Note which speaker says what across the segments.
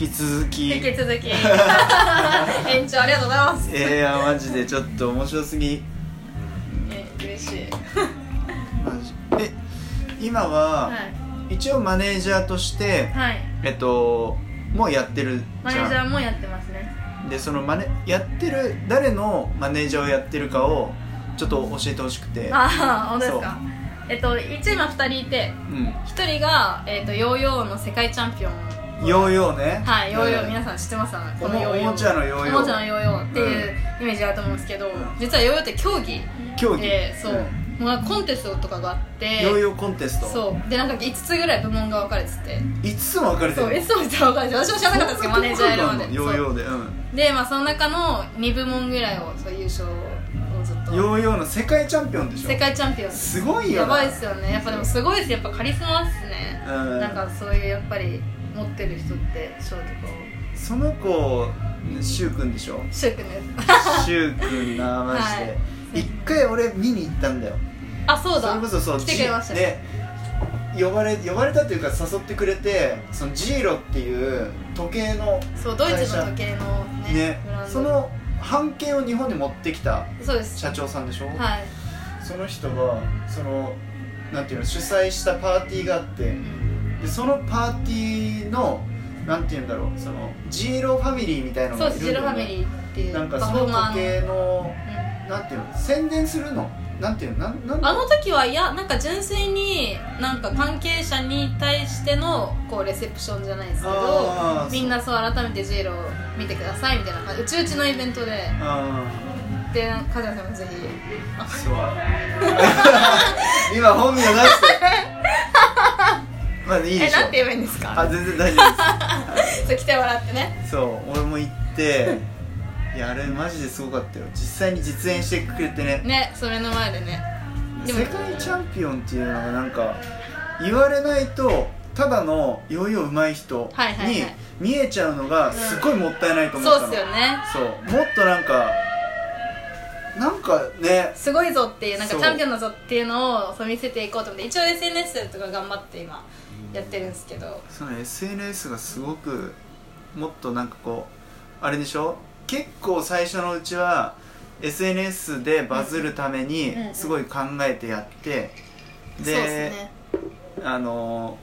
Speaker 1: 引き続き
Speaker 2: 引き 続き延長ありがとうございます
Speaker 1: いやマジでちょっと面白すぎ
Speaker 2: え嬉しい
Speaker 1: マジえ今は、
Speaker 2: はい
Speaker 1: 一応マネージャーとして、
Speaker 2: はい
Speaker 1: えっともうやってる
Speaker 2: マ
Speaker 1: じ
Speaker 2: ネージャ
Speaker 1: ゃ
Speaker 2: ーもやってますね
Speaker 1: んでそのマネやってる誰のマネージャーをやってるかをちょっと教えてほしくて
Speaker 2: ああ本当です
Speaker 1: そ
Speaker 2: かえっと一今二人いて
Speaker 1: うん
Speaker 2: 一人が、えっとヨーヨーの世界チャンピオン
Speaker 1: ヨーヨーね
Speaker 2: はいヨーヨー
Speaker 1: な
Speaker 2: 皆さん知ってますあの
Speaker 1: お
Speaker 2: この
Speaker 1: も
Speaker 2: ヨーヨー
Speaker 1: おもちゃのヨーヨー
Speaker 2: おもちゃのヨーヨーっていうイメージあると思うんですけど、実はヨーヨーって競技
Speaker 1: 競技
Speaker 2: でそう、
Speaker 1: ん
Speaker 2: まあ、コンテストとかがあって
Speaker 1: ヨーヨーコンテスト
Speaker 2: そうでなんか5つぐらい部門が分かれてて
Speaker 1: 5つも分かれて
Speaker 2: そう
Speaker 1: る
Speaker 2: S も分かれてて私も知らなかったんですけどマネージャーやるまで
Speaker 1: ヨー
Speaker 2: そ
Speaker 1: ヨーでうん
Speaker 2: うでまあその中の2部門ぐらいをそう優勝をずっと
Speaker 1: ヨーヨーの世界チャンピオンでしょ
Speaker 2: 世界チャンピオン
Speaker 1: すごいよ
Speaker 2: や
Speaker 1: な
Speaker 2: ばいっすよねやっぱでもすごいですやっぱカリスマっすね
Speaker 1: うん
Speaker 2: なんかそういうやっぱり持ってる人ってショーとかを
Speaker 1: その子シュウくんで しょ
Speaker 2: シュウくんで す
Speaker 1: シュウくんなマジ
Speaker 2: は
Speaker 1: で
Speaker 2: い
Speaker 1: 一回俺見に行ったんだよ
Speaker 2: あそう
Speaker 1: そ
Speaker 2: だ
Speaker 1: れこそそう
Speaker 2: 来てくれましたね
Speaker 1: で呼ばれ呼ばれたというか誘ってくれてそのジーロっていう時計の
Speaker 2: そうドイツの時計のね
Speaker 1: ね
Speaker 2: ブランド
Speaker 1: その半径を日本に持ってきた
Speaker 2: そうです
Speaker 1: 社長さんでしょ、
Speaker 2: はい、
Speaker 1: その人がそのなんていうの主催したパーティーがあって
Speaker 2: うん
Speaker 1: でそのパーティーのなんていうんだろうそのジーロファミリーみたいなの
Speaker 2: そ
Speaker 1: が
Speaker 2: う
Speaker 1: いる
Speaker 2: シジルファミ
Speaker 1: ー
Speaker 2: リーっていう
Speaker 1: なんか
Speaker 2: パ
Speaker 1: そ
Speaker 2: フォ
Speaker 1: の
Speaker 2: ーマ
Speaker 1: 時計
Speaker 2: ーの
Speaker 1: の
Speaker 2: うん
Speaker 1: なんていうの宣伝するのなんていうのなんなん
Speaker 2: あの時はいやなんか純粋になんか関係者に対してのこうレセプションじゃないですけ
Speaker 1: あ
Speaker 2: ど
Speaker 1: ー
Speaker 2: みんなそう改めてジーロを見てくださいみたいな感じうちうちのイベントで
Speaker 1: あ
Speaker 2: で梶谷さんもぜひ
Speaker 1: あすごい 今本名出してまあいいで
Speaker 2: え
Speaker 1: しょ
Speaker 2: なんて言えばいいんです
Speaker 1: あ
Speaker 2: か
Speaker 1: 全然大丈夫で
Speaker 2: そう来てもらってね
Speaker 1: すそう俺も行っていやあれマジですごかったよ実際に実演してくれてね
Speaker 2: ねそれの前でねでも
Speaker 1: 世界チャンピオンっていうのがなんか言われないとただのヨーヨー上手い人
Speaker 2: はいはい
Speaker 1: に
Speaker 2: はい
Speaker 1: 見えちゃうのがすごいもったいないと思っ
Speaker 2: そ
Speaker 1: たの、
Speaker 2: うっすよね
Speaker 1: そうもっとなんかなんかね
Speaker 2: すごいぞっていうなんか
Speaker 1: そう
Speaker 2: チャンピオンだぞっていうのをそう見せていこうと思って一応 SNS とか頑張って今やってるんですけど
Speaker 1: その SNS がすごくもっとなんかこうあれでしょ結構最初のうちは SNS でバズるために
Speaker 2: うんうん
Speaker 1: すごい考えてやって、
Speaker 2: そう
Speaker 1: で
Speaker 2: っすね
Speaker 1: あの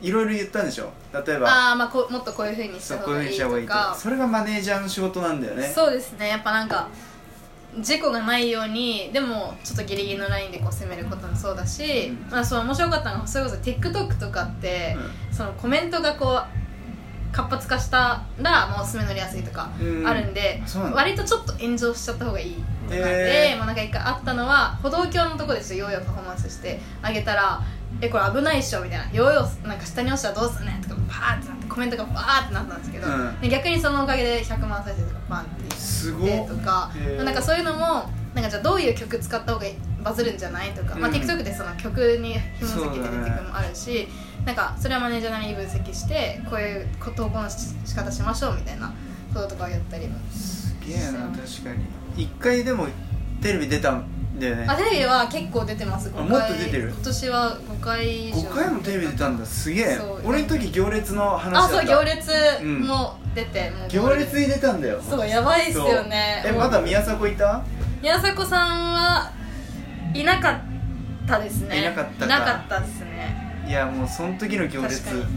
Speaker 1: いろいろ言ったんでしょ例えば
Speaker 2: ああまあこうもっとこういうふうにし
Speaker 1: そう
Speaker 2: た
Speaker 1: こ
Speaker 2: 方
Speaker 1: ういうふうに
Speaker 2: がいい
Speaker 1: した方がい
Speaker 2: と
Speaker 1: いとか
Speaker 2: か
Speaker 1: それがマネージャーの仕事なんだよね
Speaker 2: そうですねやっぱなんか事故がないようにでもちょっとギリギリのラインでこう攻めることもそうだし、
Speaker 1: うん
Speaker 2: まあ、そう面白かったのがそれこそ TikTok とかって、
Speaker 1: う
Speaker 2: そのコメントがこう活発化したら、まあ、おすすめ乗りやすいとか
Speaker 1: うん
Speaker 2: あるんで、
Speaker 1: そうなんだ
Speaker 2: 割とちょっと炎上しちゃった方がいいとかで、
Speaker 1: へー
Speaker 2: まあ、なんか一回あったのは歩道橋のとこですよヨーヨーパフォーマンスしてあげたら「えこれ危ないっしょ」みたいな「ヨーヨーなんか下に落ちたらどうすんねん」とかパーってなってコメントがバーってなったんですけど、
Speaker 1: うん
Speaker 2: で逆にそのおかげで100万再生とかバンっていっ
Speaker 1: すごって
Speaker 2: とか
Speaker 1: へー
Speaker 2: なんかそういうのもなんかじゃあどういう曲使った方がバズるんじゃないとか、まあ、
Speaker 1: うん
Speaker 2: TikTok でその曲に紐付けて
Speaker 1: そう
Speaker 2: る
Speaker 1: だね
Speaker 2: 曲もあるし、なんかそれはマネージャーなりに分析してこういう投稿のし仕方しましょうみたいなこととかをやったりも
Speaker 1: すげえな確かに一回でもテレビ出たんだよね
Speaker 2: あテレビは結構出てます
Speaker 1: あ
Speaker 2: 5回
Speaker 1: もっと出てる
Speaker 2: 今年は5回以
Speaker 1: 5
Speaker 2: 上
Speaker 1: 回もテレビ出たんだすげえ
Speaker 2: そう
Speaker 1: 俺の時行列の話だ
Speaker 2: あ
Speaker 1: った
Speaker 2: そう行列も出て、もう
Speaker 1: 行列に出たんだよ
Speaker 2: そうやばいっすよね
Speaker 1: そうえまだ宮迫いた
Speaker 2: 宮迫さんはいなかったですね
Speaker 1: いなかったか
Speaker 2: いなかったですね
Speaker 1: いやもうその時の行列
Speaker 2: 確かに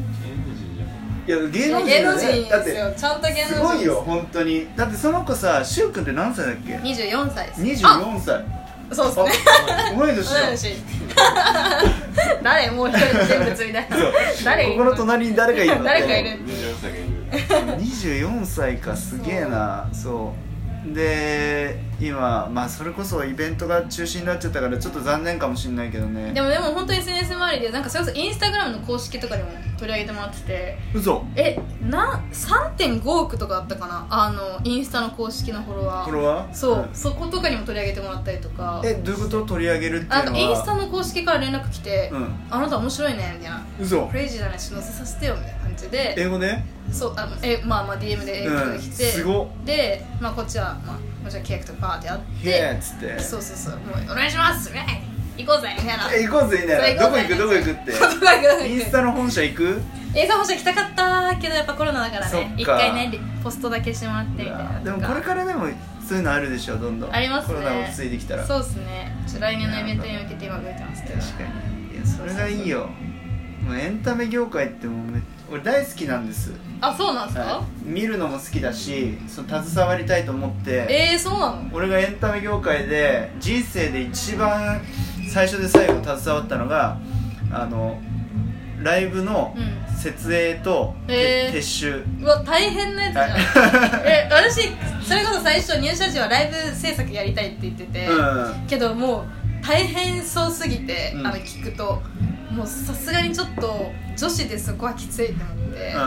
Speaker 1: いや芸
Speaker 2: いや
Speaker 1: 能人
Speaker 2: 芸
Speaker 1: だ
Speaker 2: 能
Speaker 1: ね
Speaker 2: 人
Speaker 1: だっ
Speaker 2: です
Speaker 1: て
Speaker 2: よちゃんと芸能人です
Speaker 1: すごいよ本当にだってその子さしゅうくんって何歳だっけ
Speaker 2: 24歳ですあ
Speaker 1: 24歳
Speaker 2: そうですね
Speaker 1: あ同い年
Speaker 2: 同い
Speaker 1: だ
Speaker 2: 年誰もう一人の人物みたいな
Speaker 1: そう
Speaker 2: 誰い
Speaker 1: こ
Speaker 2: る
Speaker 1: この隣に誰かいるの
Speaker 2: 誰かいる
Speaker 1: 24歳かすげえなそうで今まあそれこそイベントが中止になっちゃったからちょっと残念かもしれないけどね
Speaker 2: でもでも本当 SNS 周りでなんかそれこそインスタグラムの公式とかでも取り上げてもらってて
Speaker 1: 嘘
Speaker 2: えな3.5億とかあったかなあのインスタの公式のフォロワー
Speaker 1: これは
Speaker 2: そう、そことかにも取り上げてもらったりとか
Speaker 1: えどういうこと取り上げるっていうの
Speaker 2: あ
Speaker 1: は
Speaker 2: なんかインスタの公式から連絡来て「
Speaker 1: うん
Speaker 2: あなた面白いね」みたいな「
Speaker 1: 嘘
Speaker 2: クレイジーだねちょっと載せさせてよ」みたいな感じで
Speaker 1: 英語ね
Speaker 2: そうあのえまあまあ DM で英語
Speaker 1: う
Speaker 2: で
Speaker 1: ん
Speaker 2: 来て、
Speaker 1: すごっ
Speaker 2: で、まあ、こっちは、まあ、こっちは契約とかバーってやっ
Speaker 1: へえっ
Speaker 2: て
Speaker 1: つって
Speaker 2: そうそうそう「もうお願いします」みたいな行こうぜみたいな
Speaker 1: え行こうぜみたいなど
Speaker 2: そう
Speaker 1: こ
Speaker 2: 行
Speaker 1: 行くど
Speaker 2: こうぜ
Speaker 1: こ行くって
Speaker 2: 言葉が
Speaker 1: インスタの本社行く
Speaker 2: 映像もし来たかったけどやっぱコロナだから
Speaker 1: そっか
Speaker 2: ね一回ねリポストだけしてもらってみたいな
Speaker 1: でもこれからでもそういうのあるでしょどんどん
Speaker 2: ありますね
Speaker 1: コロナが落ち着いてきたら
Speaker 2: そうですねちょっと来年のイベントに向けて今動いてますけど
Speaker 1: 確かにいやそれがいいよもうエンタメ業界ってもうめ俺大好きなんです、
Speaker 2: あそうなんですか、
Speaker 1: はい見るのも好きだしその携わりたいと思って
Speaker 2: えー、そうなの
Speaker 1: 俺がエンタメ業界で人生で一番最初で最後携わったのがあのライブの
Speaker 2: うん
Speaker 1: 設営と、
Speaker 2: へー
Speaker 1: て撤収
Speaker 2: うわ大変なやつじゃん、え私それこそ最初入社時はライブ制作やりたいって言ってて、
Speaker 1: うん
Speaker 2: けどもう大変そうすぎて、
Speaker 1: うん
Speaker 2: あの聞くともうさすがにちょっと女子でそこはきついと思って、
Speaker 1: う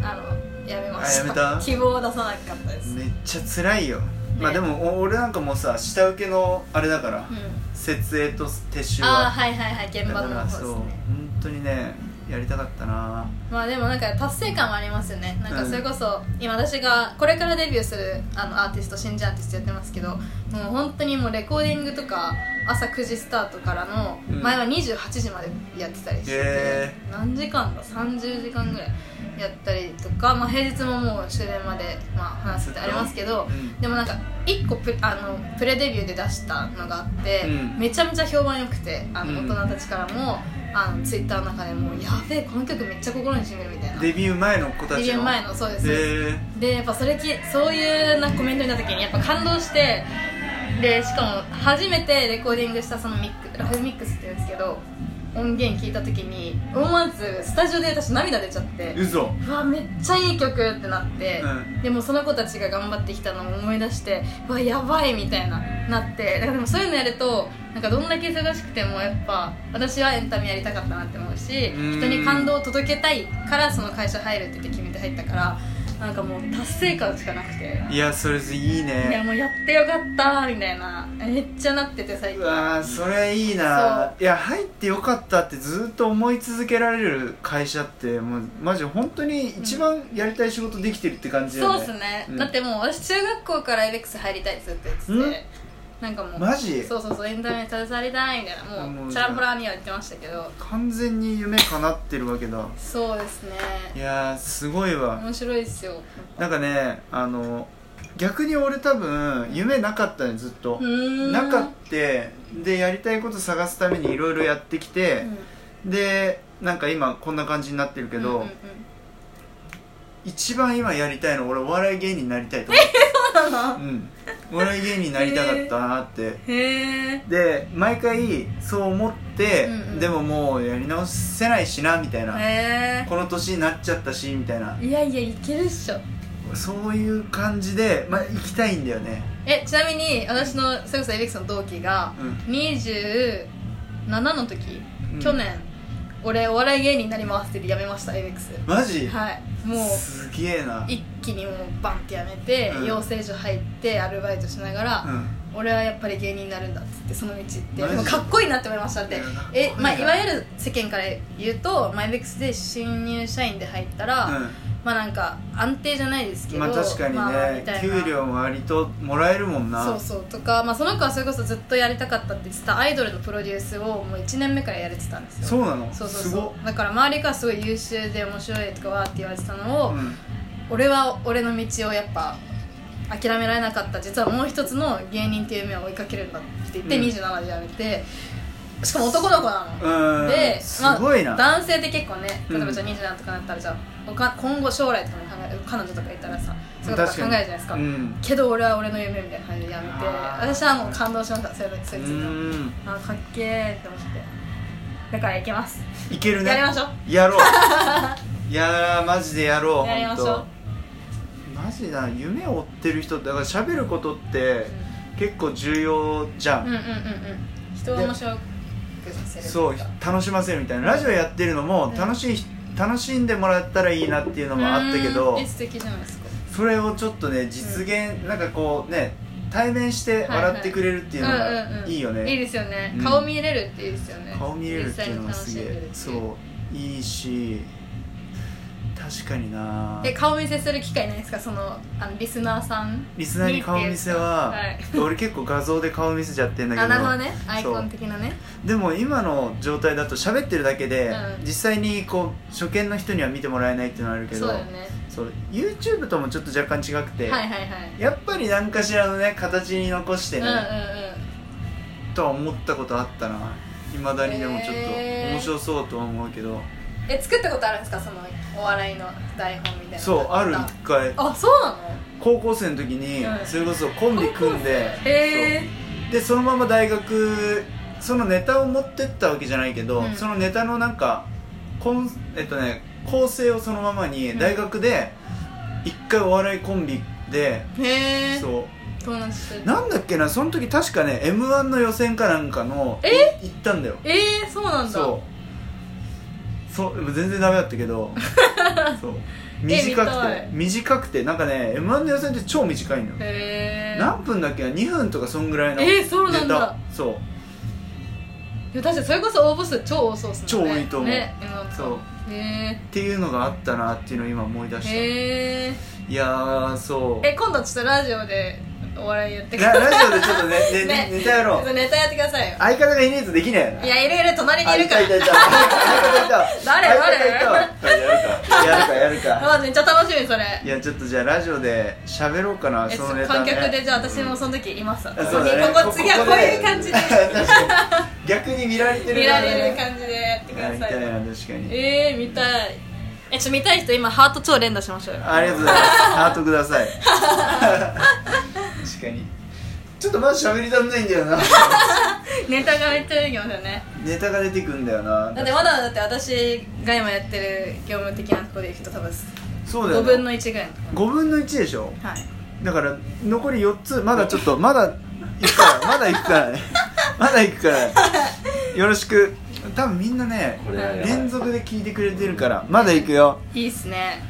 Speaker 1: ん
Speaker 2: あのやめました
Speaker 1: あやめた
Speaker 2: 希望を出さなかったです、
Speaker 1: めっちゃ辛いよ、まあで
Speaker 2: ね
Speaker 1: もお俺なんかもうさ下請けのあれだから、
Speaker 2: うん
Speaker 1: 設営と撤収
Speaker 2: ああ
Speaker 1: は
Speaker 2: はいはいはい現
Speaker 1: だ
Speaker 2: 場
Speaker 1: か
Speaker 2: の
Speaker 1: ら
Speaker 2: 方
Speaker 1: そ
Speaker 2: で
Speaker 1: う
Speaker 2: す
Speaker 1: 本
Speaker 2: ね
Speaker 1: 当にねやりたかったな
Speaker 2: まあでもなんか達成感はありますよねなんか
Speaker 1: うん
Speaker 2: それこそ今私がこれからデビューするあのアーティスト新人アーティストやってますけどもう本当にもうレコーディングとか朝9時スタートからの
Speaker 1: うん
Speaker 2: 前は28時までやってたりしてて、
Speaker 1: へ
Speaker 2: 何時間だ30時間ぐらいやったりとか、まあ、平日ももう終電まで、まあ、話すってありますけど、
Speaker 1: うん
Speaker 2: でもなんか1個プあのプレデビューで出したのがあって、
Speaker 1: うん
Speaker 2: めちゃめちゃ評判良くてあの、
Speaker 1: うん
Speaker 2: 大人たちからもあのツイッターの中でも「やべえこの曲めっちゃ心にしみる」みたいな
Speaker 1: デビュー前の子たちの
Speaker 2: デビュー前のそうですそうです
Speaker 1: へ
Speaker 2: でやっぱそれきそういうなコメント見た時にやっぱ感動してでしかも初めてレコーディングしたそのミックラフミックスって言うんですけど音源聞いた時に思わずスタジオで私涙出ちゃって
Speaker 1: え嘘
Speaker 2: うわめっちゃいい曲ってなって、
Speaker 1: う
Speaker 2: でもその子たちが頑張ってきたのを思い出してうわやばいみたいななってだからでもそういうのやるとなんかどんだけ忙しくてもやっぱ私はエンタメやりたかったなって思うし
Speaker 1: うん
Speaker 2: 人に感動を届けたいからその会社入るって言って決めて入ったからなんかもう達成感しかなくて
Speaker 1: いやそれいい
Speaker 2: いや
Speaker 1: ね
Speaker 2: もうやってよかったみたいなめっちゃなってて最
Speaker 1: う
Speaker 2: 近
Speaker 1: わーそれいいないや入ってよかったってずっと思い続けられる会社ってもうマジ本当に一番やりたい仕事できてるって感じだよ
Speaker 2: そ
Speaker 1: ね
Speaker 2: うっすね、
Speaker 1: うん
Speaker 2: だってもう私中学校からエレックス入りたいっすって言っててなんかもう
Speaker 1: マジ
Speaker 2: そうそうそうエンタメに携わりたいみたいなも
Speaker 1: もう
Speaker 2: うチャランポランには言ってましたけど
Speaker 1: 完全に夢叶ってるわけだ
Speaker 2: そうですね
Speaker 1: いやーすごいわ、
Speaker 2: 面白いっすよ
Speaker 1: なんかねあの逆に俺多分夢なかったねずっと
Speaker 2: うーん
Speaker 1: なかってでやりたいこと探すためにいろいろやってきて、でなんか今こんな感じになってるけ
Speaker 2: け
Speaker 1: ど、
Speaker 2: うんうんうん、
Speaker 1: 一番今やりたいの俺お笑い芸人になりたいと思って
Speaker 2: そうな
Speaker 1: う
Speaker 2: の
Speaker 1: ん、お笑い芸人になりたかったなって、
Speaker 2: へえ
Speaker 1: で毎回そう思って、
Speaker 2: うんうん
Speaker 1: でももうやり直せないしなみたいな、
Speaker 2: へ
Speaker 1: この年になっちゃったしみたいな
Speaker 2: えいやいやいけるっしょ
Speaker 1: そういう感じで、まあ、行きたいんだよね
Speaker 2: えちなみに私のそれこそエレックスの同期が
Speaker 1: う
Speaker 2: 27の時、
Speaker 1: うん
Speaker 2: 去年俺お笑い芸人になりますって言って辞めましたエレックス
Speaker 1: マジ、
Speaker 2: はいもう
Speaker 1: すげえな
Speaker 2: 一気にもうバンってやめて、
Speaker 1: うん
Speaker 2: 養成所入ってアルバイトしながら、
Speaker 1: うん
Speaker 2: 俺はやっぱり芸人になるんだっつってその道行って
Speaker 1: マジ
Speaker 2: でもかっこいいなって思いましただっ
Speaker 1: い
Speaker 2: て
Speaker 1: やかっこいいな
Speaker 2: え、まあ、いわゆる世間から言うとマイベックスで新入社員で入ったら、まあなんか安定じゃないです
Speaker 1: う
Speaker 2: け
Speaker 1: ん、
Speaker 2: ど
Speaker 1: まあ確かにね、
Speaker 2: まあみたいな
Speaker 1: 給料も割ともらえるもんな
Speaker 2: そうそうとか、まあ、その子はそれこそずっとやりたかったって言ってたアイドルのプロデュースをもう1年目からやれてたんですよ
Speaker 1: そうなの
Speaker 2: そうそう
Speaker 1: すご
Speaker 2: そうだから周りからすごい優秀で面白いとかわーって言われてたのを、
Speaker 1: っうん
Speaker 2: 俺は俺の道をやっぱ諦められなかった実はもう一つの芸人っていう夢を追いかけるんだって言って
Speaker 1: うん
Speaker 2: 27でやめて、しかも男の子なの、
Speaker 1: うん
Speaker 2: で、
Speaker 1: す
Speaker 2: まあ
Speaker 1: ごいな、
Speaker 2: 男性って結構ね例え
Speaker 1: うん
Speaker 2: ばじゃあ27とかなったらじゃあおか今後将来とかも考え彼女とかいたらさそういうこと考えるじゃないですか、
Speaker 1: うん
Speaker 2: けど俺は俺の夢みたいな感じでやめて
Speaker 1: あー
Speaker 2: 私はもう感動しましたそれだけそうれついて
Speaker 1: ん
Speaker 2: あーかっけーって思ってだから行けます
Speaker 1: いけるね
Speaker 2: やりましょう
Speaker 1: や ろういやーマジでやろう
Speaker 2: やりましょう
Speaker 1: ほんとマジだ夢を追ってる人だから喋ることって結構重要じゃ、
Speaker 2: うんんうんうんうん人を面白くさせる
Speaker 1: そう楽しませるみたいなラジオやってるのも
Speaker 2: うん
Speaker 1: 楽しい、楽しんでもらったらいいなっていうのもあったけ
Speaker 2: う
Speaker 1: ど
Speaker 2: ーんえ素敵じゃないですか
Speaker 1: それをちょっとね実現、なんかこうね対面して笑ってくれるっていうの
Speaker 2: んん
Speaker 1: が
Speaker 2: うん
Speaker 1: いいよね、
Speaker 2: いいですよね、
Speaker 1: うん
Speaker 2: 顔見れるっていいですよね
Speaker 1: 顔見れるっていうのがすげ
Speaker 2: 実
Speaker 1: え
Speaker 2: 際に楽しんでるってい
Speaker 1: そういいし確かにな
Speaker 2: え顔見せする機会ないですかそのあのリスナーさん
Speaker 1: リスナーに顔見せは、
Speaker 2: はい
Speaker 1: 俺結構画像で顔見せちゃってんだけど
Speaker 2: あなるほどねアイコ
Speaker 1: そ
Speaker 2: ン
Speaker 1: う
Speaker 2: 的なね
Speaker 1: でも今の状態だと喋ってるだけで、
Speaker 2: うん
Speaker 1: 実際にこう初見の人には見てもらえないっていうのはあるけ
Speaker 2: そ
Speaker 1: ど
Speaker 2: うだよね
Speaker 1: そう YouTube ともちょっと若干違くて、
Speaker 2: はいはいはい
Speaker 1: やっぱり何かしらのね形に残して
Speaker 2: うん
Speaker 1: ね、
Speaker 2: うんうん
Speaker 1: とは思ったことあったな未だにでもちょっと
Speaker 2: へー
Speaker 1: 面白そうとは思うけど、
Speaker 2: え作ったことあるんですかそのお笑いの台本みたいな
Speaker 1: そうある一回
Speaker 2: あそうなの
Speaker 1: 高校生の時に、
Speaker 2: うん
Speaker 1: それこそコンビ組んで
Speaker 2: へえ
Speaker 1: そうでそのまま大学そのネタを持ってったわけじゃないけど、
Speaker 2: うん
Speaker 1: そのネタのなんかコンえっとね構成をそのままに
Speaker 2: うん
Speaker 1: 大学で一回お笑いコンビで、
Speaker 2: へえ
Speaker 1: そう
Speaker 2: 友達してる
Speaker 1: なんだっけなその時確かね m 1の予選かなんかのい行ったんだよ
Speaker 2: えー、そうなんだ
Speaker 1: そうそうでも全然ダメだったけどそう
Speaker 2: え
Speaker 1: 短
Speaker 2: 見
Speaker 1: く
Speaker 2: た
Speaker 1: て
Speaker 2: い
Speaker 1: 短くてなんかね m 1の予選って超短いのよ
Speaker 2: へえ
Speaker 1: 何分だっけな2分とかそんぐらいの
Speaker 2: えーそうなんだ
Speaker 1: ネタそう
Speaker 2: いや確かにそれこそ応募数超多そうっすもんね
Speaker 1: 超多いと思う
Speaker 2: ねなんか
Speaker 1: そう
Speaker 2: へ
Speaker 1: っていうのがあったなっていうのを今思い出
Speaker 2: え
Speaker 1: した
Speaker 2: へえ
Speaker 1: いやーそう
Speaker 2: え今度ちょっとラジオでお笑いやってく
Speaker 1: ラ
Speaker 2: ださい
Speaker 1: ラジオでちょっとねね
Speaker 2: ね
Speaker 1: ねネタやろう
Speaker 2: ネタやってくださいよ
Speaker 1: 相方がいねえとできないよない
Speaker 2: やいるいる隣に
Speaker 1: あ
Speaker 2: いるから
Speaker 1: いたいたいた相方いた
Speaker 2: 誰
Speaker 1: 相方いたわやるかやるかやるか
Speaker 2: あめっちゃ楽しみそれ
Speaker 1: いやちょっとじゃあラジオで喋ろうかな
Speaker 2: え
Speaker 1: そのネタ、
Speaker 2: 観
Speaker 1: ね、
Speaker 2: 客でじゃあ私もその時いますわ
Speaker 1: あそうだね
Speaker 2: ここ次はこういう感じで
Speaker 1: 確かに逆に見られてる
Speaker 2: 見られる
Speaker 1: じ
Speaker 2: 感じでやってくだ
Speaker 1: みた
Speaker 2: さ
Speaker 1: いない確かに
Speaker 2: えー見たいえちょっと見たい人今ハート超連打しましょうよ
Speaker 1: ありがとうございますハートくだ さい確かにちょっとまだ喋り足んないんだよな
Speaker 2: ネタがめっちゃ出てきますよね
Speaker 1: ネタが出てくんだよな
Speaker 2: だってまだだって私が今やってる業務的なとこでいくと多分
Speaker 1: そうだよ
Speaker 2: 5
Speaker 1: な
Speaker 2: 分の1ぐらいのとこ
Speaker 1: 5分の1でしょ
Speaker 2: はい
Speaker 1: だから残り4つまだちょっとまだいくからまだいくから ねまだいくからよろしく多分みんなね
Speaker 3: これはやばい
Speaker 1: 連続で聞いてくれてるからまだいくよ
Speaker 2: いいっすね